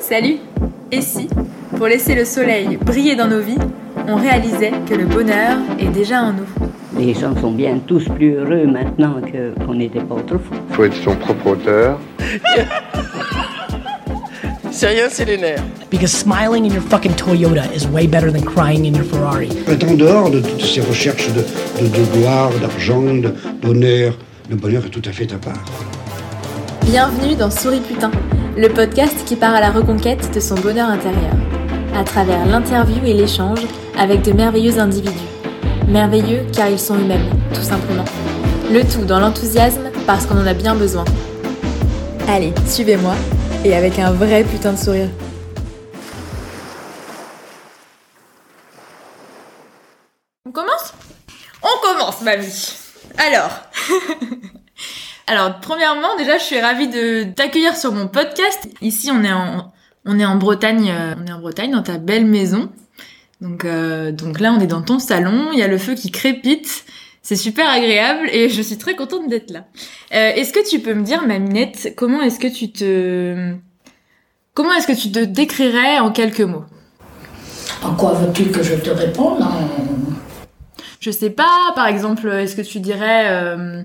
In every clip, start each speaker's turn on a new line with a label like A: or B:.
A: Salut Et si, pour laisser le soleil briller dans nos vies, on réalisait que le bonheur est déjà en nous
B: Les gens sont bien tous plus heureux maintenant que- qu'on n'était pas autrefois.
C: faut être son propre auteur.
D: C'est rien, c'est les nerfs.
E: because smiling in your fucking Toyota is way better than crying in your Ferrari.
F: est en dehors de toutes ces recherches de, de- de gloire, d'argent, de- d'honneur. Le bonheur est tout à fait à part.
A: Bienvenue dans Souris Putain, le podcast qui part à la reconquête de son bonheur intérieur, à travers l'interview et l'échange avec de merveilleux individus. Merveilleux car ils sont eux-mêmes, tout simplement. Le tout dans l'enthousiasme parce qu'on en a bien besoin. Allez, suivez-moi et avec un vrai putain de sourire. On commence On commence, mamie. Alors, alors, premièrement, déjà, je suis ravie de t'accueillir sur mon podcast. Ici, on est en, on est en Bretagne, euh, on est en Bretagne, dans ta belle maison. Donc, euh, donc là, on est dans ton salon. Il y a le feu qui crépite. C'est super agréable et je suis très contente d'être là. Euh, est-ce que tu peux me dire, ma minette, comment est-ce que tu te, comment est-ce que tu te décrirais en quelques mots
G: En quoi veux-tu que je te réponde En-
A: Je sais pas, par exemple, est-ce que tu dirais... euh,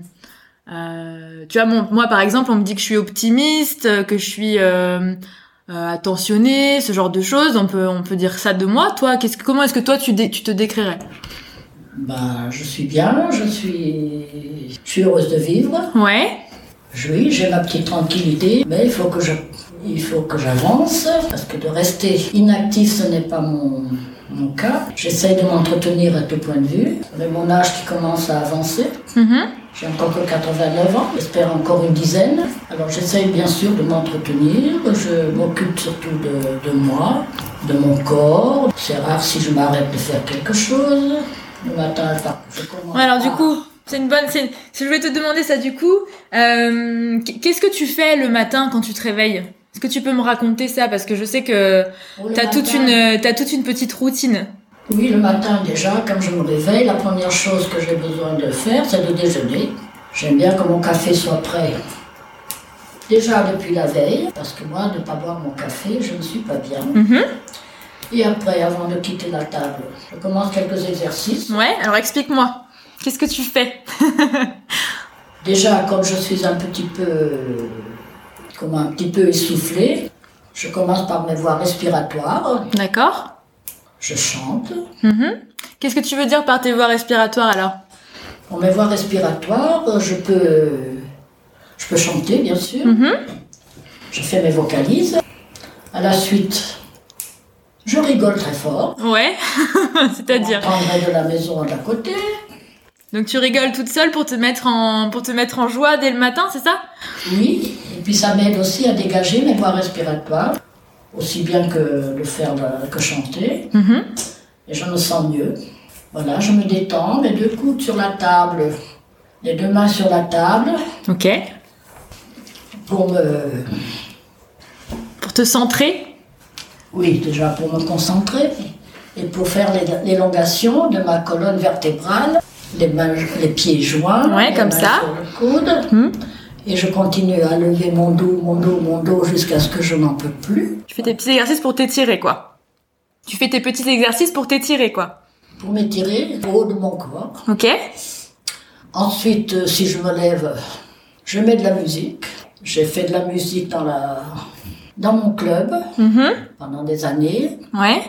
A: euh, tu vois, mon- moi, par exemple, on me dit que je suis optimiste, euh, que je suis euh, euh, attentionnée, ce genre de choses. On peut, on peut dire ça de moi. Toi, qu'est-ce que, comment est-ce que toi, tu, dé- tu te décrirais
G: Ben, je suis bien, je suis, je suis heureuse de vivre.
A: Ouais.
G: Je vis, j'ai ma petite tranquillité, mais il faut que je, il faut que j'avance parce que de rester inactif, ce n'est pas mon, mon cas. J'essaye de m'entretenir à tout point de vue. Avec mon âge qui commence à avancer,
A: Mhm.
G: j'ai encore que 89 ans, j'espère encore une dizaine. Alors j'essaye bien sûr de m'entretenir, je m'occupe surtout de, de moi, de mon corps. C'est rare si je m'arrête de faire quelque chose. Le matin, je pars- je commence.
A: Ouais, alors du
G: par-
A: coup, c'est une bonne... c'est- Si je voulais te demander ça du coup, euh, qu'est-ce que tu fais le matin quand tu te réveilles Est-ce que tu peux me raconter ça Parce que je sais que
G: Oh, le
A: t'as toute
G: matin,
A: une, euh, t'as toute une petite routine.
G: Oui, le matin déjà, quand je me réveille, la première chose que j'ai besoin de faire, c'est de déjeuner. J'aime bien que mon café soit prêt. Déjà depuis la veille, parce que moi, ne pas boire mon café, je ne suis pas bien.
A: Mhm.
G: Et après, avant de quitter la table, je commence quelques exercices.
A: Ouais, alors explique-moi. Qu'est-ce que tu fais
G: Déjà, comme je suis un petit peu, comment, un petit peu essoufflée, je commence par mes voies respiratoires.
A: D'accord.
G: Je chante.
A: Qu'est-ce que tu veux dire par tes voies respiratoires alors
G: Pour mes voies respiratoires, euh, je peux, je peux chanter, bien sûr.
A: Mhm.
G: Je fais mes vocalises. À la suite, je rigole très fort.
A: Ouais, c'est-à-dire.
G: On m'entendrait de la maison d'à côté.
A: Donc tu rigoles toute seule pour te mettre en pour te mettre en joie dès le matin, c'est ça
G: Oui, et puis ça m'aide aussi à dégager mes voies respiratoires, aussi bien que le faire de- que chanter.
A: Mhm.
G: Et je me sens mieux. Voilà, je me détends, les deux coudes sur la table, les deux mains sur la table,
A: Ok.
G: pour me,
A: Pour te centrer.
G: Oui, déjà pour me concentrer et pour faire l'é- l'élongation de ma colonne vertébrale, les, mains- les pieds joints,
A: Ouais,
G: les
A: comme
G: mains
A: ça.
G: sur le coude.
A: Mhm.
G: Et je continue à lever mon dos, mon dos, mon dos jusqu'à ce que je n'en peux plus.
A: Tu fais tes petits exercices pour t'étirer quoi. Tu fais tes petits exercices pour t'étirer quoi.
G: Pour m'étirer au haut de mon corps.
A: Ok.
G: Ensuite, euh, si je me lève, je mets de la musique. J'ai fait de la musique dans, la... dans mon club
A: Mhm.
G: pendant des années.
A: Ouais.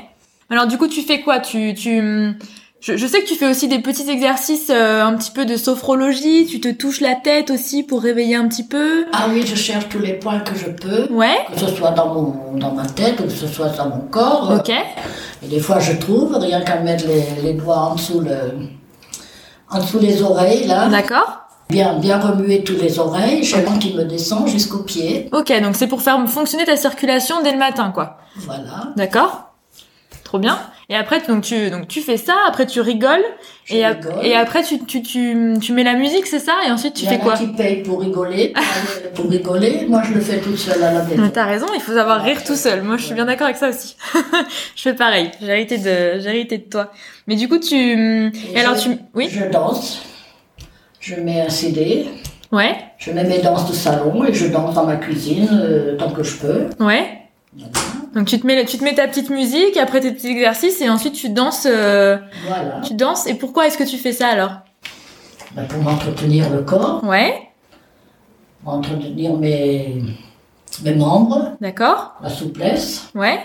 A: Alors du coup tu fais quoi Tu tu hum, je, je sais que tu fais aussi des petits exercices euh, un petit peu de sophrologie. Tu te touches la tête aussi pour réveiller un petit peu.
G: Ah oui, je cherche tous les points que je peux,
A: Ouais.
G: que ce soit dans, mon... dans ma tête ou que ce soit dans mon corps.
A: Ok.
G: Et des fois, je trouve, rien qu'à mettre les, les doigts en dessous, le, en dessous les oreilles, là,
A: D'accord.
G: bien, bien remuer tous les oreilles, chemin qui me descend jusqu'aux pieds.
A: Ok, donc c'est pour faire fonctionner ta circulation dès le matin, quoi.
G: Voilà.
A: D'accord Trop bien. Et après, tu- donc tu, donc tu fais ça, après tu rigoles,
G: Je
A: et, ap-
G: rigole.
A: et après tu, tu, tu, tu mets la musique, c'est ça Et ensuite tu
G: Il y en
A: fais
G: a
A: quoi
G: qui paye pour rigoler, pour rigoler. Moi, je le fais toute seule à la maison.
A: Mais T'as raison, il faut savoir rire tout seul. Moi, je suis
G: Ouais.
A: bien d'accord avec ça aussi. je fais pareil. J'ai hérité de, j'ai hérité de toi. Mais du coup, tu, et
G: je-
A: alors tu, oui,
G: Je danse, je mets un CD,
A: ouais,
G: je mets mes danses de salon et je danse dans ma cuisine euh, tant que je peux.
A: ouais.
G: Voilà.
H: Donc tu te mets, tu te mets ta petite musique, après tes petits exercices, et ensuite tu danses, euh,
G: Voilà.
H: tu danses. Et pourquoi est-ce que tu fais ça alors
G: Bah, pour m'entretenir le corps,
H: Ouais,
G: entretenir mes, mes membres,
H: d'accord,
G: la souplesse.
H: ouais,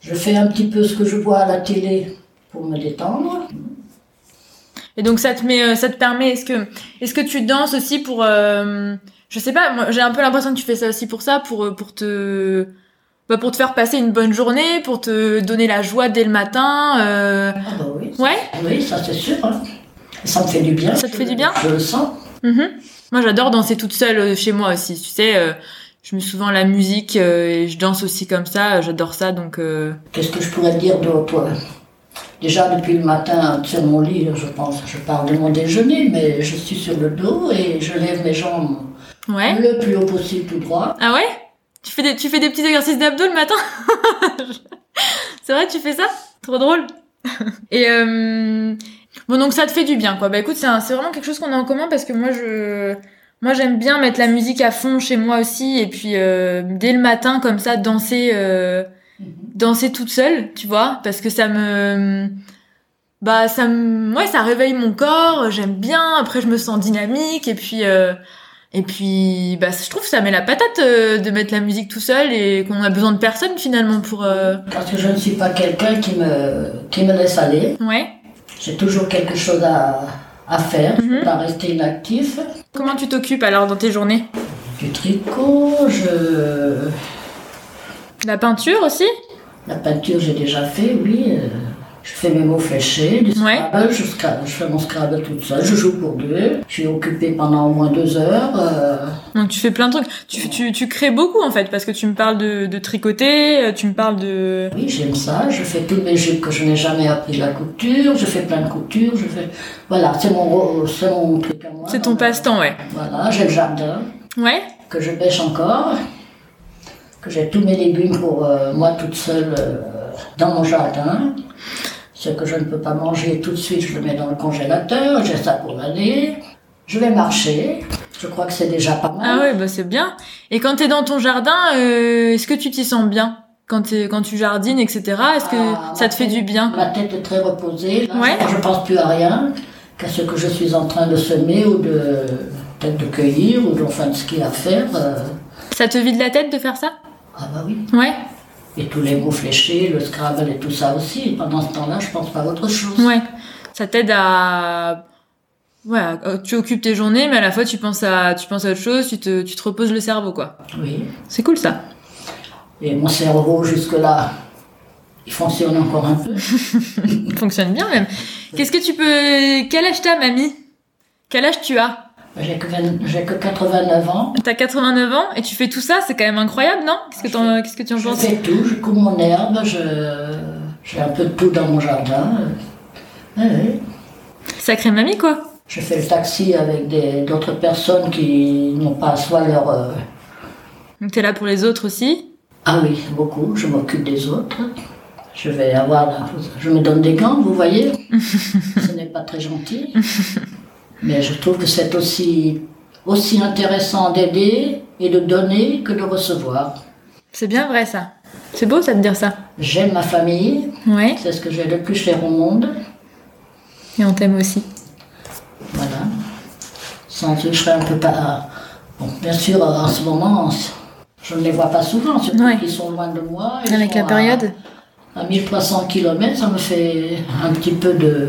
G: Je fais un petit peu ce que je vois à la télé pour me détendre.
H: Et donc ça te met, euh, ça te permet. Est-ce que, est-ce que tu danses aussi pour, euh, je sais pas. Moi, j'ai un peu l'impression que tu fais ça aussi pour ça, pour, euh, pour te, bah, pour te faire passer une bonne journée, pour te donner la joie dès le matin. euh,
G: Ah bah oui.
H: Ouais.
G: Oui, ça c'est sûr. hein. Ça me fait du bien.
H: Ça te fait du bien
G: Je le sens.
H: mhm. Moi, j'adore danser toute seule euh, chez moi aussi. Tu sais, euh, je mets souvent la musique euh, et je danse aussi comme ça. euh, J'adore ça, donc. euh,
G: Qu'est-ce que je pourrais dire d'autre euh, Déjà depuis le matin, sur mon lit, je pense, je parle de mon déjeuner, mais je suis sur le dos et je lève mes jambes
H: Ouais.
G: le plus haut possible tout droit.
H: Ah ouais Tu fais des, tu fais des petits exercices d'abdos le matin C'est vrai, tu fais ça Trop drôle. Et euh, bon, donc ça te fait du bien, quoi. Bah écoute, c'est un- c'est vraiment quelque chose qu'on a en commun parce que moi, je, moi, j'aime bien mettre la musique à fond chez moi aussi et puis euh, dès le matin comme ça danser, euh, danser toute seule, tu vois, parce que ça me bah ça me ouais ça réveille mon corps j'aime bien après je me sens dynamique et puis euh, et puis, bah, je trouve que ça met la patate euh, de mettre la musique tout seul et qu'on a besoin de personne finalement pour. euh,
G: Parce que je ne suis pas quelqu'un qui me, qui me laisse aller.
H: Ouais.
G: J'ai toujours quelque chose à, à faire, je ne peux
H: Mhm.
G: pas rester inactif.
H: Comment tu t'occupes alors dans tes journées
G: Du tricot, je...
H: La peinture aussi
G: la peinture j'ai déjà fait, oui. euh, Je fais mes mots fléchés, du
H: Ouais.
G: scrabble, je, scra- je fais mon scrabble toute seule, je joue pour deux. Je suis occupée pendant au moins deux heures. euh,
H: Donc tu fais plein de trucs. Tu, tu, tu crées beaucoup en fait parce que tu me parles de, de tricoter, euh, tu me parles de.
G: Oui, j'aime ça. Je fais toutes mes jupes que je n'ai jamais appris la couture. Je fais plein de coutures. Je fais... Voilà, c'est mon, ro- c'est mon truc à moi.
H: C'est ton passe-temps, ouais.
G: Voilà, j'ai le jardin
H: Ouais
G: que je pêche encore, que j'ai tous mes légumes pour euh, moi toute seule euh, dans mon jardin. Ce que je ne peux pas manger tout de suite, je le mets dans le congélateur. J'ai ça pour l'année. Je vais marcher. Je crois que c'est déjà pas mal.
H: Ah ouais, bah c'est bien. Et quand t'es dans ton jardin, euh, est-ce que tu t'y sens bien quand, t'es- quand tu jardines, etc. Est-ce que
G: Ah,
H: ça te fait du bien
G: Ma tête est très reposée. Là,
H: Ouais.
G: Je ne pense plus à rien qu'à ce que je suis en train de semer ou de peut-être de cueillir ou de- enfin de ce qu'il y a à faire. euh.
H: Ça te vide la tête de faire ça
G: Ah bah oui.
H: Ouais
G: Et tous les mots fléchés, le scrabble et tout ça aussi. Et pendant ce temps-là, je pense pas à autre chose.
H: Ouais, ça t'aide à ouais, à- tu occupes tes journées mais à la fois tu penses à tu penses à autre chose, tu te tu te reposes le cerveau quoi.
G: Oui.
H: C'est cool ça.
G: Et mon cerveau jusque-là, il fonctionne encore un peu.
H: Il fonctionne bien même. Qu'est-ce que tu peux quel âge t'as mamie Quel âge tu as
G: Bah, J'ai que, 20 j'ai que 89 ans.
H: T'as 89 ans et tu fais tout ça, c'est quand même incroyable, non Qu'est-ce que t'en qu'est-ce que tu en
G: Je
H: penses
G: fais tout. Je coupe mon herbe. Je j'ai un peu de tout dans mon jardin. Euh, Oui, oui.
H: Sacrée mamie quoi.
G: Je fais le taxi avec des- d'autres personnes qui n'ont pas soit leur... euh,
H: Donc t'es là pour les autres aussi.
G: Ah oui, beaucoup, je m'occupe des autres. Je vais avoir... la- Je me donne des gants, vous voyez. Ce n'est pas très gentil. Mais je trouve que c'est aussi, aussi intéressant d'aider et de donner que de recevoir.
H: C'est bien vrai ça. C'est beau ça de dire ça.
G: J'aime ma famille,
H: Ouais,
G: c'est ce que j'ai le plus cher au monde.
H: et on t'aime aussi.
G: Voilà. Sans eux, je serais un peu pas. Bon, bien sûr, euh, en ce moment, je ne les vois pas souvent, surtout
H: Ouais.
G: qu'ils sont loin de moi. Ils
H: Avec
G: sont
H: la
G: à-
H: période
G: À, 1300 km, ça me fait un petit peu de.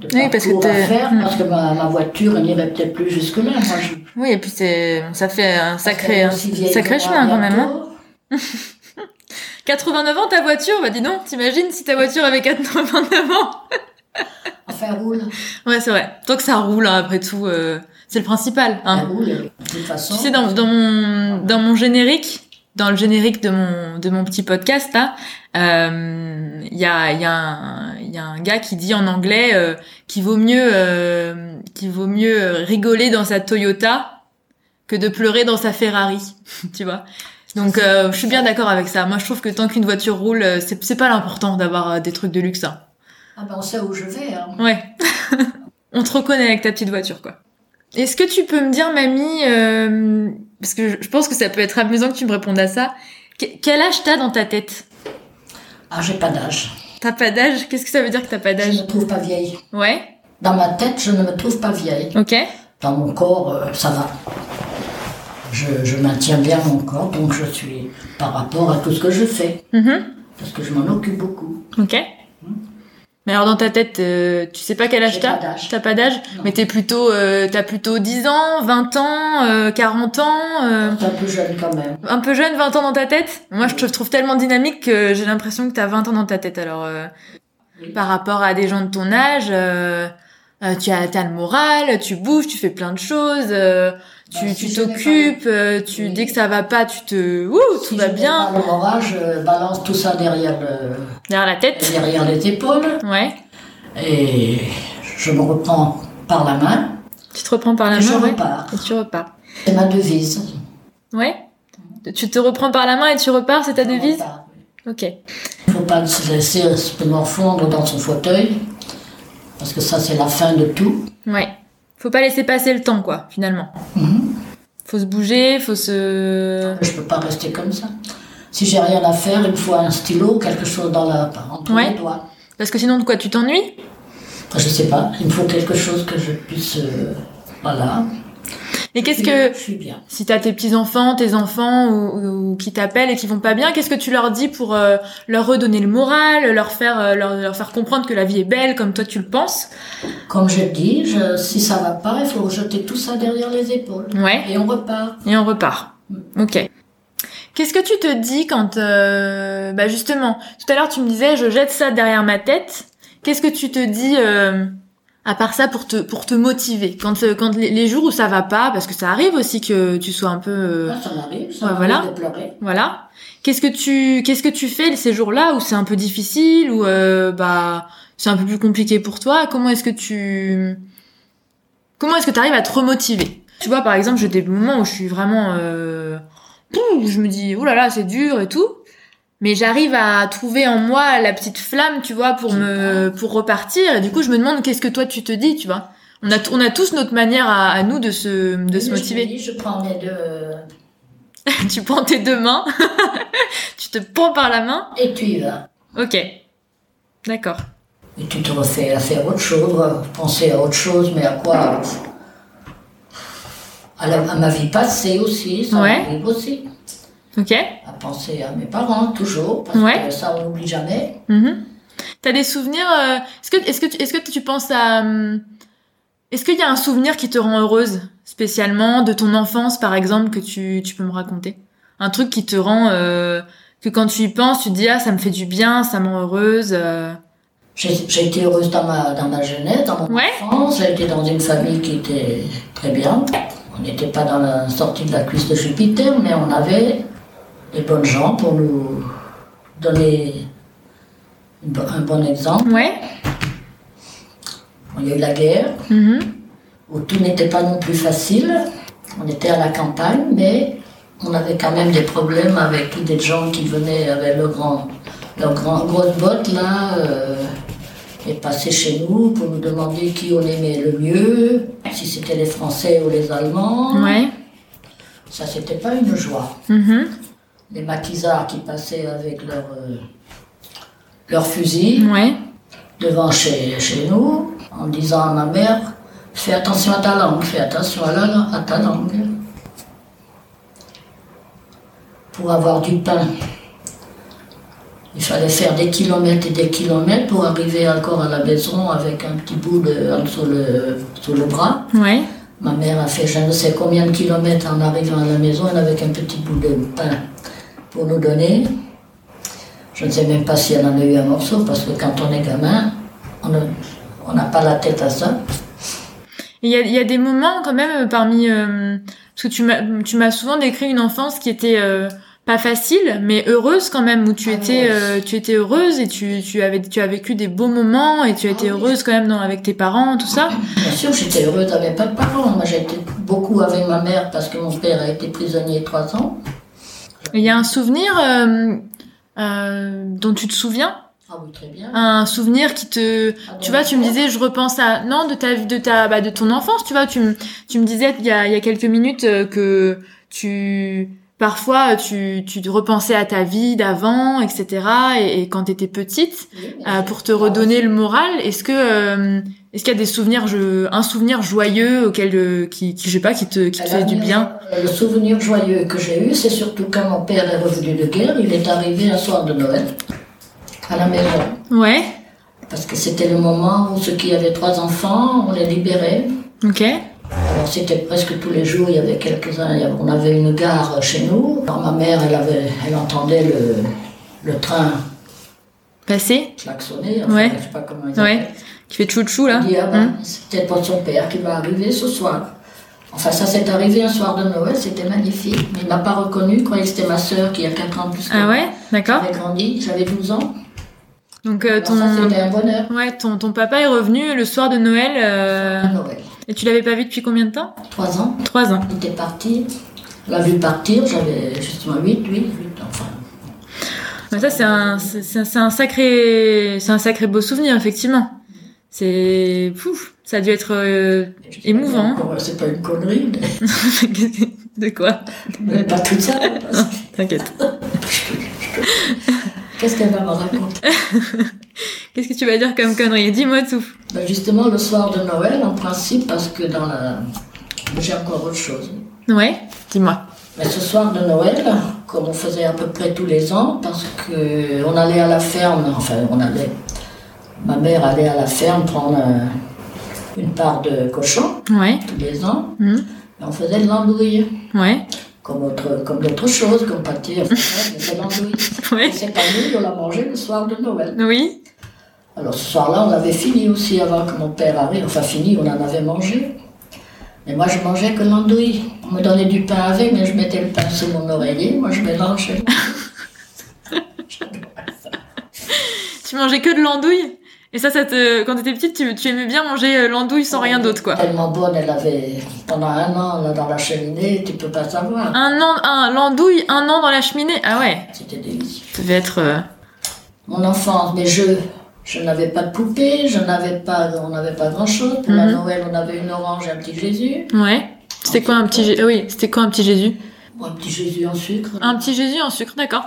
G: de
H: Oui, parce que
G: parcours
H: t'es-
G: à faire,
H: Mm.
G: parce que ma, ma voiture n'irait peut-être plus jusque-là. Moi, je-
H: Oui, et puis c'est ça fait un sacré un
G: parce qu'elle est Ah, aussi vieille
H: sacré
G: que moi
H: chemin quand même.
G: bientôt.
H: hein. 89 ans ta voiture, bah dis donc, t'imagines si ta voiture avait 89 ans
G: Enfin, elle roule.
H: Ouais, c'est vrai. Tant que ça roule, hein, après tout, euh, c'est le principal.
G: Elle
H: Hein.
G: roule, de toute façon.
H: Tu sais, dans, dans, mon, dans mon générique, dans le générique de mon, de mon petit podcast, là, euh, il y, a, il y, a un- il y a un gars qui dit en anglais euh, qu'il vaut mieux euh, qu'il vaut mieux rigoler dans sa Toyota que de pleurer dans sa Ferrari, tu vois. Donc euh, je suis bien d'accord avec ça. Moi je trouve que tant qu'une voiture roule, euh, c'est c'est pas l'important d'avoir euh, des trucs de luxe. hein.
G: Ah ben, on sait où je vais. hein.
H: Ouais. On te reconnaît avec ta petite voiture, quoi. Est-ce que tu peux me dire, mamie, euh, parce que je je pense que ça peut être amusant que tu me répondes à ça, Que- Quel âge t'as dans ta tête
G: Ah, j'ai pas d'âge.
H: T'as pas d'âge Qu'est-ce que ça veut dire que t'as pas
G: Je
H: d'âge
G: ne me trouve pas vieille.
H: Ouais,
G: Dans ma tête, je ne me trouve pas vieille.
H: ok.
G: Dans mon corps, euh, ça va. Je, je maintiens bien mon corps, donc je suis par rapport à tout ce que je fais,
H: Mhm,
G: parce que je m'en occupe beaucoup.
H: Ok. Mais alors dans ta tête, euh, tu sais pas quel âge
G: J'ai
H: t'as
G: pas d'âge.
H: T'as pas d'âge
G: Non.
H: Mais t'es plutôt, euh, t'as plutôt 10 ans, 20 ans, euh, 40 ans euh,
G: C'est un peu jeune quand même.
H: Un peu jeune, 20 ans dans ta tête Moi, je te trouve tellement dynamique que j'ai l'impression que t'as 20 ans dans ta tête. Alors, euh,
G: Oui.
H: par rapport à des gens de ton âge, euh, euh, tu as, t'as le moral, tu bouges, tu fais plein de choses, euh, tu
G: Bah,
H: tu
G: si je n'ai pas
H: t'occupes, euh, tu
G: Oui.
H: dès que ça va pas, tu te... Ouh, tout
G: Si
H: va
G: je n'ai
H: bien
G: pas le moral, je euh, balance tout ça derrière, le,
H: Derrière la tête
G: derrière les épaules
H: Ouais.
G: et je me reprends par la main
H: Tu te reprends par la
G: et je
H: main, ouais.
G: repars.
H: Et tu repars.
G: C'est ma devise.
H: Ouais Tu te reprends par la main et tu repars, c'est ta
G: Je
H: devise
G: repars.
H: Ok.
G: Il ne faut pas se laisser se morfondre dans son fauteuil, parce que ça, c'est la fin de tout.
H: Ouais. Faut pas laisser passer le temps, quoi, finalement. Mm-hmm.
G: Mhm.
H: Faut se bouger, faut se...
G: Je ne peux pas rester comme ça. Si j'ai rien à faire, il me faut un stylo, quelque chose dans la, entre
H: Ouais.
G: les doigts.
H: Parce que sinon, de quoi, tu t'ennuies
G: Enfin, je ne sais pas, il me faut quelque chose que je puisse. euh, voilà.
H: Et qu'est-ce
G: Je-
H: que...
G: Je suis bien.
H: Si t'as tes petits-enfants, tes enfants ou, ou- ou qui t'appellent et qui vont pas bien, qu'est-ce que tu leur dis pour euh, leur redonner le moral, leur faire, euh, leur, leur faire comprendre que la vie est belle comme toi tu le penses
G: Comme je dis, je- si ça va pas, il faut jeter tout ça derrière les épaules.
H: Ouais.
G: Et on repart.
H: Et on repart. Ok. Qu'est-ce que tu te dis quand... euh, Bah justement, tout à l'heure tu me disais je jette ça derrière ma tête. Qu'est-ce que tu te dis euh, à part ça pour te, pour te motiver quand, euh, quand les, les jours où ça va pas, parce que ça arrive aussi que tu sois un peu... euh,
G: Ah, ça m'arrive, ça
H: Ouais,
G: m'arrive
H: voilà.
G: de pleurer.
H: Voilà. Qu'est-ce que tu qu'est-ce que tu fais ces jours-là où c'est un peu difficile ou bah c'est un peu plus compliqué pour toi Comment est-ce que tu comment est-ce que tu arrives à te remotiver Tu vois par exemple, j'ai des moments où je suis vraiment euh, pouh, où je me dis oh là là, c'est dur et tout. Mais j'arrive à trouver en moi la petite flamme, tu vois, pour me pour repartir et du coup, je me demande qu'est-ce que toi tu te dis, tu vois. On a, on a tous notre manière à, à nous de se, de se
G: Je me
H: motiver
G: dis, Je prends mes deux.
H: tu prends tes deux mains, tu te prends par la main.
G: Et tu y vas.
H: Ok. D'accord.
G: Et tu te refais à faire autre chose, à penser à autre chose, mais à quoi à, la- à ma vie passée aussi, ça
H: Ouais.
G: m'arrive aussi.
H: Ok.
G: À penser à mes parents, toujours, parce
H: Ouais.
G: que ça, on n'oublie jamais.
H: Mhm. T'as des souvenirs euh, Est-ce que est-ce que tu- est-ce que tu penses à hum, Est-ce qu'il y a un souvenir qui te rend heureuse spécialement de ton enfance par exemple que tu tu peux me raconter Un truc qui te rend euh, que quand tu y penses tu te dis ah ça me fait du bien, ça me rend heureuse. euh.
G: J'ai j'ai été heureuse dans ma, dans ma jeunesse, dans mon
H: Ouais.
G: enfance. J'ai été dans une famille qui était très bien. On n'était pas dans la sortie de la cuisse de Jupiter, mais on avait des bonnes gens pour nous donner une bo- un bon exemple.
H: Ouais.
G: Il y a eu la guerre.
H: Mhm.
G: où tout n'était pas non plus facile. On était à la campagne, mais on avait quand même des problèmes avec des gens qui venaient avec leurs grand, leur grand, grosses bottes là euh, et passaient chez nous pour nous demander qui on aimait le mieux, si c'était les Français ou les Allemands.
H: Ouais.
G: Ça, c'était pas une joie.
H: Mhm.
G: Les maquisards qui passaient avec leur, euh, leur fusil
H: Ouais.
G: devant chez, chez nous en disant à ma mère Fais attention à ta langue, fais attention à, la- à ta langue. Pour avoir du pain, il fallait faire des kilomètres et des kilomètres pour arriver encore à la maison avec un petit bout de, en dessous le, sous le bras.
H: Ouais.
G: Ma mère a fait je ne sais combien de kilomètres en arrivant à la maison, elle avec un petit bout de pain pour nous donner. Je ne sais même pas si elle en a eu un morceau, parce que quand on est gamin, on ne- on n'a pas la tête à ça.
H: Et Il y a, il y a des moments quand même euh, parmi... euh, parce que tu m'as tu m'as souvent décrit une enfance qui était euh, pas facile, mais heureuse quand même, où tu,
G: Ah
H: étais,
G: ouais.
H: euh, tu étais heureuse et tu, tu, avais, tu as vécu des beaux moments et tu as
G: Ah
H: été
G: oui.
H: heureuse quand même dans, avec tes parents, tout ça.
G: Bien sûr, j'étais heureuse avec pas de parents. Moi, j'ai été beaucoup avec ma mère parce que mon père a été prisonnier trois ans.
H: Et il y a un souvenir euh, euh, dont tu te souviens
G: Ah oui, très bien.
H: Un souvenir qui te... Tu vois, tu me disais, je repense à non de ta de ta bah, de ton enfance. Tu vois, tu me tu me disais il y a il y a quelques minutes euh, que tu Parfois, euh, tu, tu te repensais à ta vie d'avant, etc. Et, et quand t'étais petite, euh, pour te redonner le moral, est-ce que euh, est-ce qu'il y a des souvenirs, je, un souvenir joyeux auquel euh, qui, qui je sais pas, qui te qui te fait du bien
G: Euh, Le souvenir joyeux que j'ai eu, c'est surtout quand mon père est revenu de guerre, il est arrivé un soir de Noël à la maison.
H: Ouais.
G: Parce que c'était le moment où ceux qui avaient trois enfants, on les libérait.
H: Ok.
G: Alors c'était presque tous les jours, il y avait quelques-uns, il y avait- on avait une gare chez nous. Alors, ma mère, elle, avait, elle entendait le, le train
H: Passé.
G: klaxonner, enfin,
H: Ouais.
G: je sais pas comment il
H: Ouais. Qui fait chouchou là.
G: Il dit, ah ben,
H: Hein
G: c'est peut-être pas son père qui va arriver ce soir. Enfin, ça s'est arrivé un soir de Noël, c'était magnifique. Mais il m'a pas reconnu, il croyait que c'était ma sœur qui a 4 ans de plus que
H: ah
G: moi.
H: ouais. D'accord.
G: J'avais grandi, j'avais 12 ans.
H: Donc euh,
G: Alors Ça,
H: ton
G: c'était un bonheur.
H: ouais ton ton papa est revenu le soir de Noël euh,
G: Un Noël.
H: et tu l'avais pas vu depuis combien de temps
G: 3 ans,
H: Trois ans.
G: il était parti. On l'a vu partir, j'avais justement 8, 8, 8, enfin.
H: Ouais, ça c'est un c'est c'est- c'est un sacré c'est un sacré beau souvenir effectivement. C'est pouf. Ça a dû être euh, émouvant. hein.
G: Bon, C'est pas une connerie, mais-
H: de quoi
G: mais pas tout ça. parce que-
H: T'inquiète.
G: Qu'est-ce qu'elle va me raconter
H: Qu'est-ce que tu vas dire comme connerie Dis-moi tout.
G: Ben, Justement, le soir de Noël, en principe, parce que dans la. J'ai encore autre chose.
H: Ouais. Dis-moi.
G: Mais ce soir de Noël, comme on faisait à peu près tous les ans, parce que on allait à la ferme, enfin on allait, ma mère allait à la ferme prendre euh, une part de cochon
H: Ouais.
G: tous les ans,
H: Mhm.
G: et on faisait de l'andouille,
H: Ouais.
G: comme autre, comme d'autres choses, comme pâté, enfin, bref, on faisait de l'andouille. Et
H: Ouais.
G: C'est pas nous, on l'a mangé le soir de Noël.
H: Oui.
G: Alors ce soir-là, on avait fini aussi avant que mon père arrive, enfin fini, on en avait mangé. Mais moi, je mangeais que l'andouille. On me donnait du pain avec, mais je mettais le pain sous mon oreiller, moi je mélangeais.
H: Tu mangeais que de l'andouille Et ça, ça te... quand t'étais petite, tu, tu aimais bien manger euh, l'andouille sans rien d'autre, quoi.
G: Tellement bonne, elle avait pendant un an là, dans la cheminée, tu peux pas savoir.
H: Un an, un, l'andouille, un an dans la cheminée. Ah ouais,
G: C'était délicieux.
H: ça devait être. euh,
G: Mon enfance, mes jeux, je n'avais pas de poupée, je n'avais pas, on n'avait pas grand chose. Pour la
H: Mhm.
G: Noël, on avait une orange et un petit Jésus,
H: Ouais. C'était quoi un petit Jésus Oui, c'était quoi un petit Jésus
G: Ou un petit Jésus en sucre.
H: Un petit Jésus en sucre, d'accord.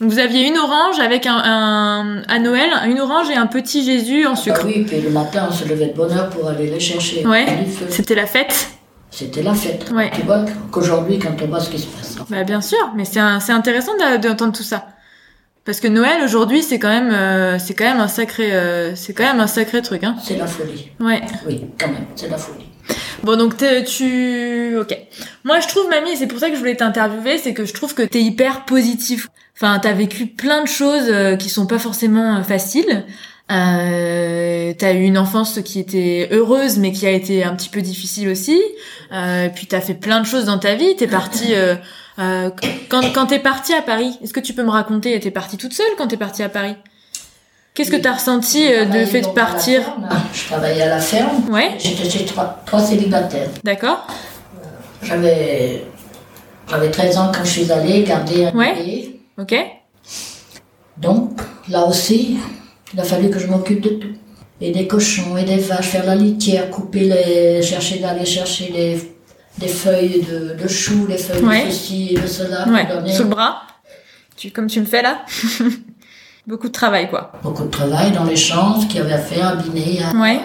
H: Donc vous aviez une orange avec un, un- à Noël, une orange et un petit Jésus en
G: Bah
H: sucre.
G: oui, puis le matin, on se levait de bonne heure pour aller les chercher.
H: Ouais.
G: Du feu.
H: C'était la fête.
G: C'était la fête.
H: Ouais.
G: Tu vois qu'aujourd'hui, quand on voit ce qui se passe.
H: Bah bien sûr, mais c'est un- c'est intéressant d'a- d'entendre tout ça. Parce que Noël aujourd'hui, c'est quand même euh, c'est quand même un sacré euh, c'est quand même un sacré truc hein.
G: C'est la folie.
H: Ouais.
G: Oui, quand même, c'est la folie.
H: Bon, donc t'es- tu... Ok. Moi, je trouve, Mamie, et c'est pour ça que je voulais t'interviewer, c'est que je trouve que t'es hyper positif. Enfin, t'as vécu plein de choses euh, qui sont pas forcément euh, faciles. Euh, t'as eu une enfance qui était heureuse, mais qui a été un petit peu difficile aussi. Euh, puis t'as fait plein de choses dans ta vie. T'es partie... euh, euh, quand quand t'es partie à Paris, est-ce que tu peux me raconter T'es partie toute seule quand t'es partie à Paris Qu'est-ce que
G: Oui.
H: t'as ressenti
G: Je
H: euh, de
G: travaillais
H: fait de
G: donc à la
H: partir
G: ferme. hein. Je travaillais à la ferme.
H: Ouais,
G: J'étais chez trois, trois célibataires.
H: d'accord.
G: J'avais, j'avais 13 ans quand je suis allée garder un
H: Ouais.
G: bébé.
H: Ok.
G: Donc, là aussi, il a fallu que je m'occupe de tout. Et des cochons, et des vaches, faire la litière, couper les. chercher d'aller chercher les, des feuilles de, de choux, les feuilles
H: Ouais.
G: de ceci et de cela. pour
H: Ouais,
G: donner.
H: sous le bras. Tu, comme tu me fais là. Beaucoup de travail, quoi.
G: Beaucoup de travail dans les champs, ce qu'il y avait à faire, à biner, à-
H: Ouais.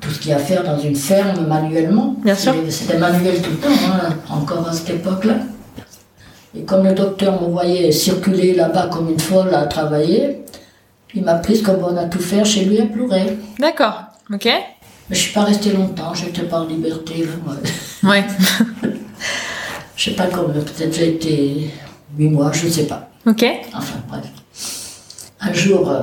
G: tout ce qu'il y a à faire dans une ferme manuellement.
H: Bien sûr.
G: C'était- C'était manuel tout le temps, hein, encore à cette époque-là. Et comme le docteur me voyait circuler là-bas comme une folle à travailler, il m'a prise comme on a tout faire chez lui à pleurer.
H: D'accord. Ok.
G: Mais je suis pas restée longtemps, j'étais pas en liberté. Là, moi.
H: Ouais.
G: Je sais pas combien, peut-être j'ai été 8 mois, je sais pas.
H: ok.
G: Enfin bref. Un jour, euh,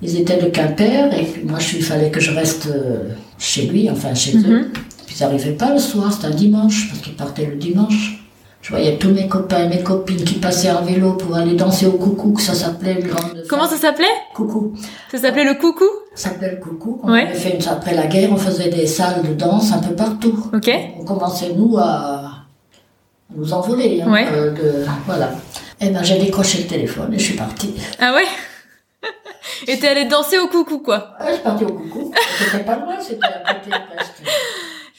G: ils étaient de Quimper et puis moi je- il fallait que je reste euh, chez lui, enfin chez eux.
H: Mhm.
G: Puis ils n'arrivaient pas le soir, c'était un dimanche, parce qu'ils partaient le dimanche. Je voyais tous mes copains et mes copines qui passaient en vélo pour aller danser au coucou, que ça s'appelait le grand de
H: Comment ça s'appelait
G: Coucou.
H: Ça s'appelait le coucou
G: Ça s'appelait le coucou. On
H: Ouais.
G: avait fait une... Après la guerre, on faisait des salles de danse un peu partout.
H: Ok.
G: On commençait, nous, à nous envoler. hein,
H: Ouais.
G: euh, de- Voilà. Et ben j'ai décroché le téléphone et je suis partie.
H: Ah ouais Et t'es allée danser au coucou, quoi.
G: Ouais, je suis partie au coucou. C'était pas loin, c'était à côté presque.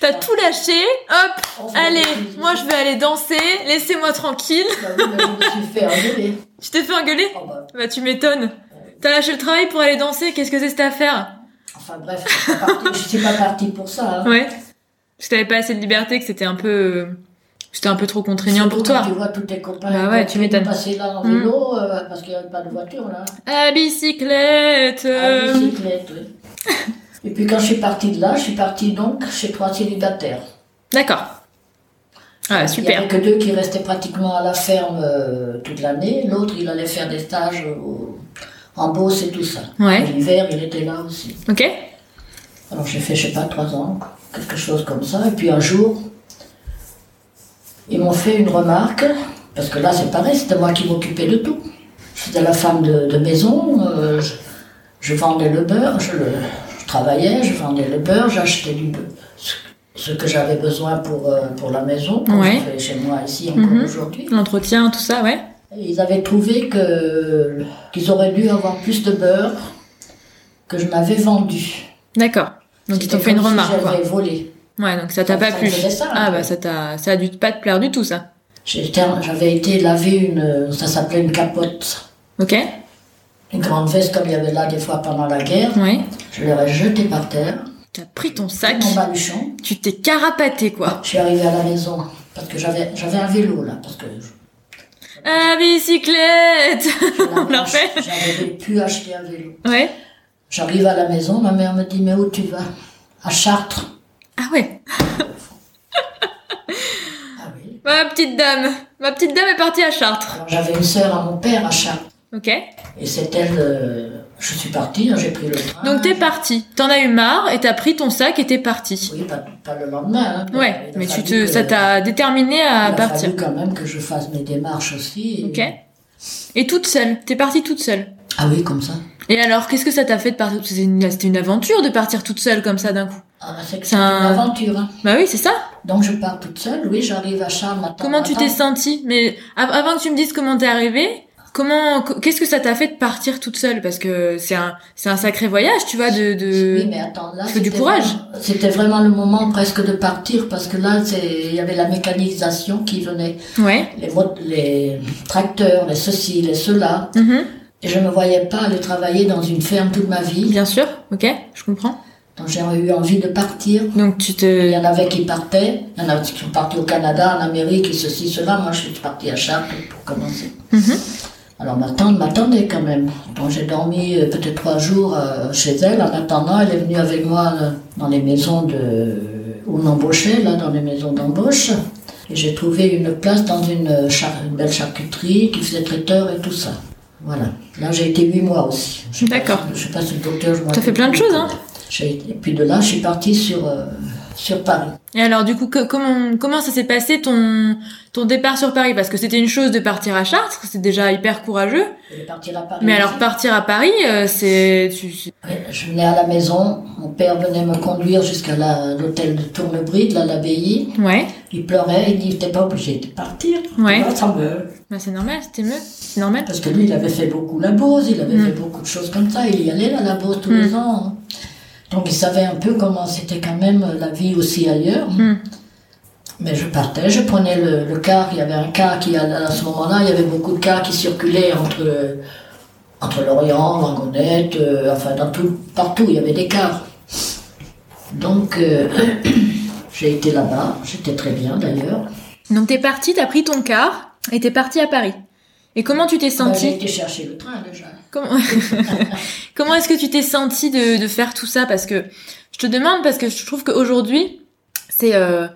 H: T'as tout lâché, hop,
G: On se
H: allez,
G: fait des
H: moi
G: bisous.
H: je vais aller danser, laissez-moi tranquille.
G: Bah oui, mais je me suis fait engueuler.
H: Tu t'es fait engueuler
G: Oh, bah,
H: Bah tu m'étonnes. T'as lâché le travail pour aller danser, qu'est-ce que c'est cette affaire
G: Enfin bref, je suis pas partie- je suis pas partie pour ça. hein.
H: Ouais. Parce que t'avais pas assez de liberté, que c'était un peu... euh, C'était un peu trop contraignant pour
G: Surtout quand
H: toi.
G: Tu vois tous tes copains
H: Bah ouais, tu m'étonnes.
G: passer là en
H: Mm.
G: vélo euh, parce qu'il n'y avait pas de voiture là.
H: À bicyclette
G: À
H: euh,
G: bicyclette, oui. Et puis quand je suis partie de là, je suis partie donc chez trois célibataires.
H: D'accord. Ah,
G: Il n'y
H: super.
G: avait que deux qui restaient pratiquement à la ferme euh, toute l'année. L'autre, il allait faire des stages euh, au- en Beauce et tout ça.
H: Ouais.
G: Et L'hiver, il était là aussi.
H: Ok
G: Alors j'ai fait, je sais pas, trois ans, quelque chose comme ça. Et puis un jour, ils m'ont fait une remarque, parce que là c'est pareil, c'était moi qui m'occupais de tout. J'étais la femme de, de maison, euh, je, je vendais le beurre, je, le- je travaillais, je vendais le beurre, j'achetais du beurre. Ce, ce que j'avais besoin pour, euh, pour la maison, comme
H: Ouais.
G: je fais chez moi ici encore
H: Mhm.
G: aujourd'hui.
H: L'entretien, tout ça, ouais.
G: Et Ils avaient trouvé que- qu'ils auraient dû avoir plus de beurre que je n'avais vendu.
H: D'accord. Donc ils t'ont
G: C'était
H: fait une
G: comme si
H: remarque, quoi.
G: J'avais volé.
H: Ouais, donc ça t'a
G: Ça
H: pas
G: me
H: plu.
G: faisait ça,
H: Ah
G: un
H: bah
G: peu.
H: ça t'a, ça a dû pas te plaire du tout ça.
G: J'étais- J'avais été laver une, ça s'appelait une capote,
H: Ok,
G: une grande veste comme il y avait là des fois pendant la guerre.
H: ouais.
G: Je l'aurais jetée par terre,
H: T'as pris ton sac,
G: mon baluchon.
H: tu t'es carapaté quoi.
G: Je suis arrivée à la maison parce que j'avais j'avais un vélo là, parce que je-
H: À bicyclette.
G: je
H: On l'a
G: l'avais-
H: fait.
G: j'avais pu acheter un vélo.
H: Ouais.
G: J'arrive à la maison, ma mère me dit mais où tu vas À Chartres.
H: Ah ouais.
G: Ah oui.
H: Ma petite dame, ma petite dame est partie à Chartres.
G: Alors j'avais une sœur à mon père à Chartres
H: Ok.
G: et c'est elle. euh, je suis partie, hein, j'ai pris le train.
H: Donc t'es parti. T'en as eu marre et t'as pris ton sac et t'es parti.
G: Oui, pas, pas le lendemain. hein,
H: Ouais.
G: il a
H: Mais tu
G: fallu
H: te,
G: que-
H: ça t'a déterminé à
G: Il a
H: partir.
G: fallu quand même que je fasse mes démarches aussi. et-
H: Ok. Et toute seule. T'es partie toute seule.
G: Ah oui, comme ça.
H: Et alors qu'est-ce que ça t'a fait de partir C'était une, c'était une aventure de partir toute seule comme ça d'un coup.
G: Ah bah, c'est que
H: C'est
G: c'est
H: un-
G: une aventure. hein.
H: Bah oui, c'est ça.
G: Donc je pars toute seule. Oui, j'arrive à Charles matin.
H: Comment tu
G: matin.
H: t'es sentie Mais av- avant que tu me dises comment t'es arrivée, comment qu- qu'est-ce que ça t'a fait de partir toute seule Parce que c'est un c'est un sacré voyage, tu vois, de de.
G: Oui, mais attends, là.
H: il faut du
G: c'était
H: courage.
G: vraiment- C'était vraiment le moment presque de partir parce que là, c'est- il y avait la mécanisation qui venait.
H: Ouais.
G: Les, mot- les tracteurs, les ceci, les cela.
H: Mhm.
G: Et je ne me voyais pas aller travailler dans une ferme toute ma vie.
H: Bien sûr. Ok, je comprends.
G: Donc j'ai eu envie de partir.
H: Donc tu
G: Il y
H: te.
G: en avait qui partaient, il y en avait qui sont partis au Canada, en Amérique, et ceci, cela. Moi, je suis partie à Chartres pour commencer.
H: Mhm.
G: Alors ma tante m'attendait quand même. Donc j'ai dormi euh, peut-être trois jours euh, chez elle. En attendant, elle est venue avec moi euh, dans les maisons de... où on embauchait, là, dans les maisons d'embauche. Et j'ai trouvé une place dans une, euh, char- une belle charcuterie qui faisait traiteur et tout ça. Voilà. Là, j'ai été huit mois aussi. Je sais pas
H: D'accord.
G: si- Je sais pas si le docteur... je m'en
H: T'as fait
G: rappelle
H: plein de
G: plus.
H: choses, hein.
G: J'ai- Et puis de là, je suis partie sur, euh, sur Paris.
H: Et alors du coup, que- comment comment ça s'est passé ton ton départ sur Paris Parce que c'était une chose de partir à Chartres, c'est déjà hyper courageux.
G: Je vais partir à Paris.
H: Mais
G: aussi.
H: alors partir à Paris, euh, c'est tu.
G: Oui, Je venais à la maison, mon père venait me conduire jusqu'à la- l'hôtel de Tournebride, là, l'abbaye.
H: Ouais.
G: Il pleurait, il dit T'es pas obligé de partir.
H: Ouais.
G: Tu vois, ça me-
H: Bah c'est normal, c'était mieux, c'est normal.
G: Parce que lui, il avait fait beaucoup la Beauce, il avait
H: Mm.
G: fait beaucoup de choses comme ça. Il y allait à la Beauce tous
H: Mm.
G: les ans. hein. Donc il savait un peu comment c'était quand même euh, la vie aussi ailleurs.
H: Mm.
G: Mais je partais, je prenais le, le car. Il y avait un car qui, à, à ce moment-là, il y avait beaucoup de cars qui circulaient entre, entre l'Orient, Vangonette, euh, enfin dans tout, partout, il y avait des cars. Donc euh, j'ai été là-bas, j'étais très bien d'ailleurs.
H: Donc t'es parti, t'as pris ton car et t'es parti à Paris. Et comment tu t'es
G: Bah, J'ai
H: senti
G: été chercher le train déjà.
H: Comment, comment est-ce que tu t'es senti de, de faire tout ça Parce que je te demande parce que je trouve qu'aujourd'hui c'est euh,